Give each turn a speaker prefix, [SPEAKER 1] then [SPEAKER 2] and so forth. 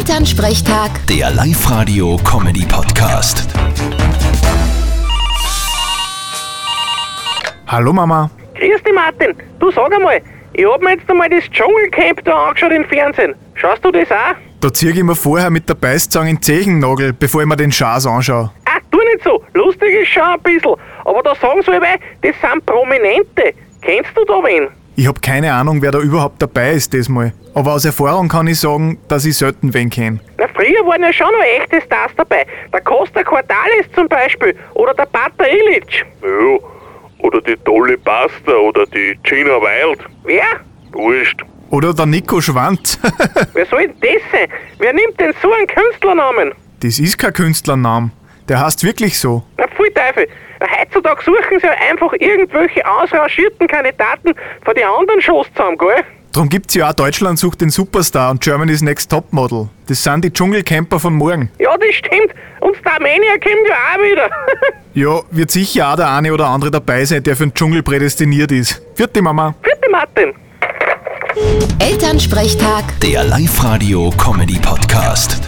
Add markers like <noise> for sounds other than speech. [SPEAKER 1] Elternsprechtag,
[SPEAKER 2] Der Live-Radio-Comedy-Podcast.
[SPEAKER 3] Hallo Mama.
[SPEAKER 4] Grüß dich, Martin. Du sag einmal, ich hab mir jetzt einmal das Dschungelcamp da angeschaut im Fernsehen. Schaust du das auch?
[SPEAKER 3] Da zieh ich mir vorher mit der Beißzange in den Zehennagel, bevor ich mir den Schaß anschaue.
[SPEAKER 4] Ah, tu nicht so. Lustig ist schon ein bisschen. Aber da sagen sie allweil, das sind Prominente. Kennst du da wen?
[SPEAKER 3] Ich hab keine Ahnung, wer da überhaupt dabei ist diesmal. Aber aus Erfahrung kann ich sagen, dass ich selten wen kenne.
[SPEAKER 4] Na, früher waren ja schon noch echte Stars dabei. Der Costa Cordalis zum Beispiel. Oder der Pater Illich.
[SPEAKER 5] Ja, oder die Dolly Pasta oder die Gina Wild.
[SPEAKER 4] Wer?
[SPEAKER 5] Wurscht.
[SPEAKER 3] Oder der Nico Schwanz. <laughs>
[SPEAKER 4] Wer soll denn das sein? Wer nimmt denn so einen Künstlernamen?
[SPEAKER 3] das ist kein Künstlername. Der heißt wirklich so.
[SPEAKER 4] Na, pfui Teufel. Na, heutzutage suchen sie ja einfach irgendwelche ausrangierten Kandidaten von den anderen Shows zusammen, gell?
[SPEAKER 3] Drum gibt's ja auch Deutschland sucht den Superstar und Germany's Next Topmodel. Das sind die Dschungelcamper von morgen.
[SPEAKER 4] Ja, das stimmt. Und Starmania kommt ja auch wieder. <laughs>
[SPEAKER 3] Ja, wird sicher auch der eine oder andere dabei sein, der für den Dschungel prädestiniert ist. Vierte Mama.
[SPEAKER 4] Vierte Martin.
[SPEAKER 1] Elternsprechtag.
[SPEAKER 2] Der Live-Radio-Comedy-Podcast.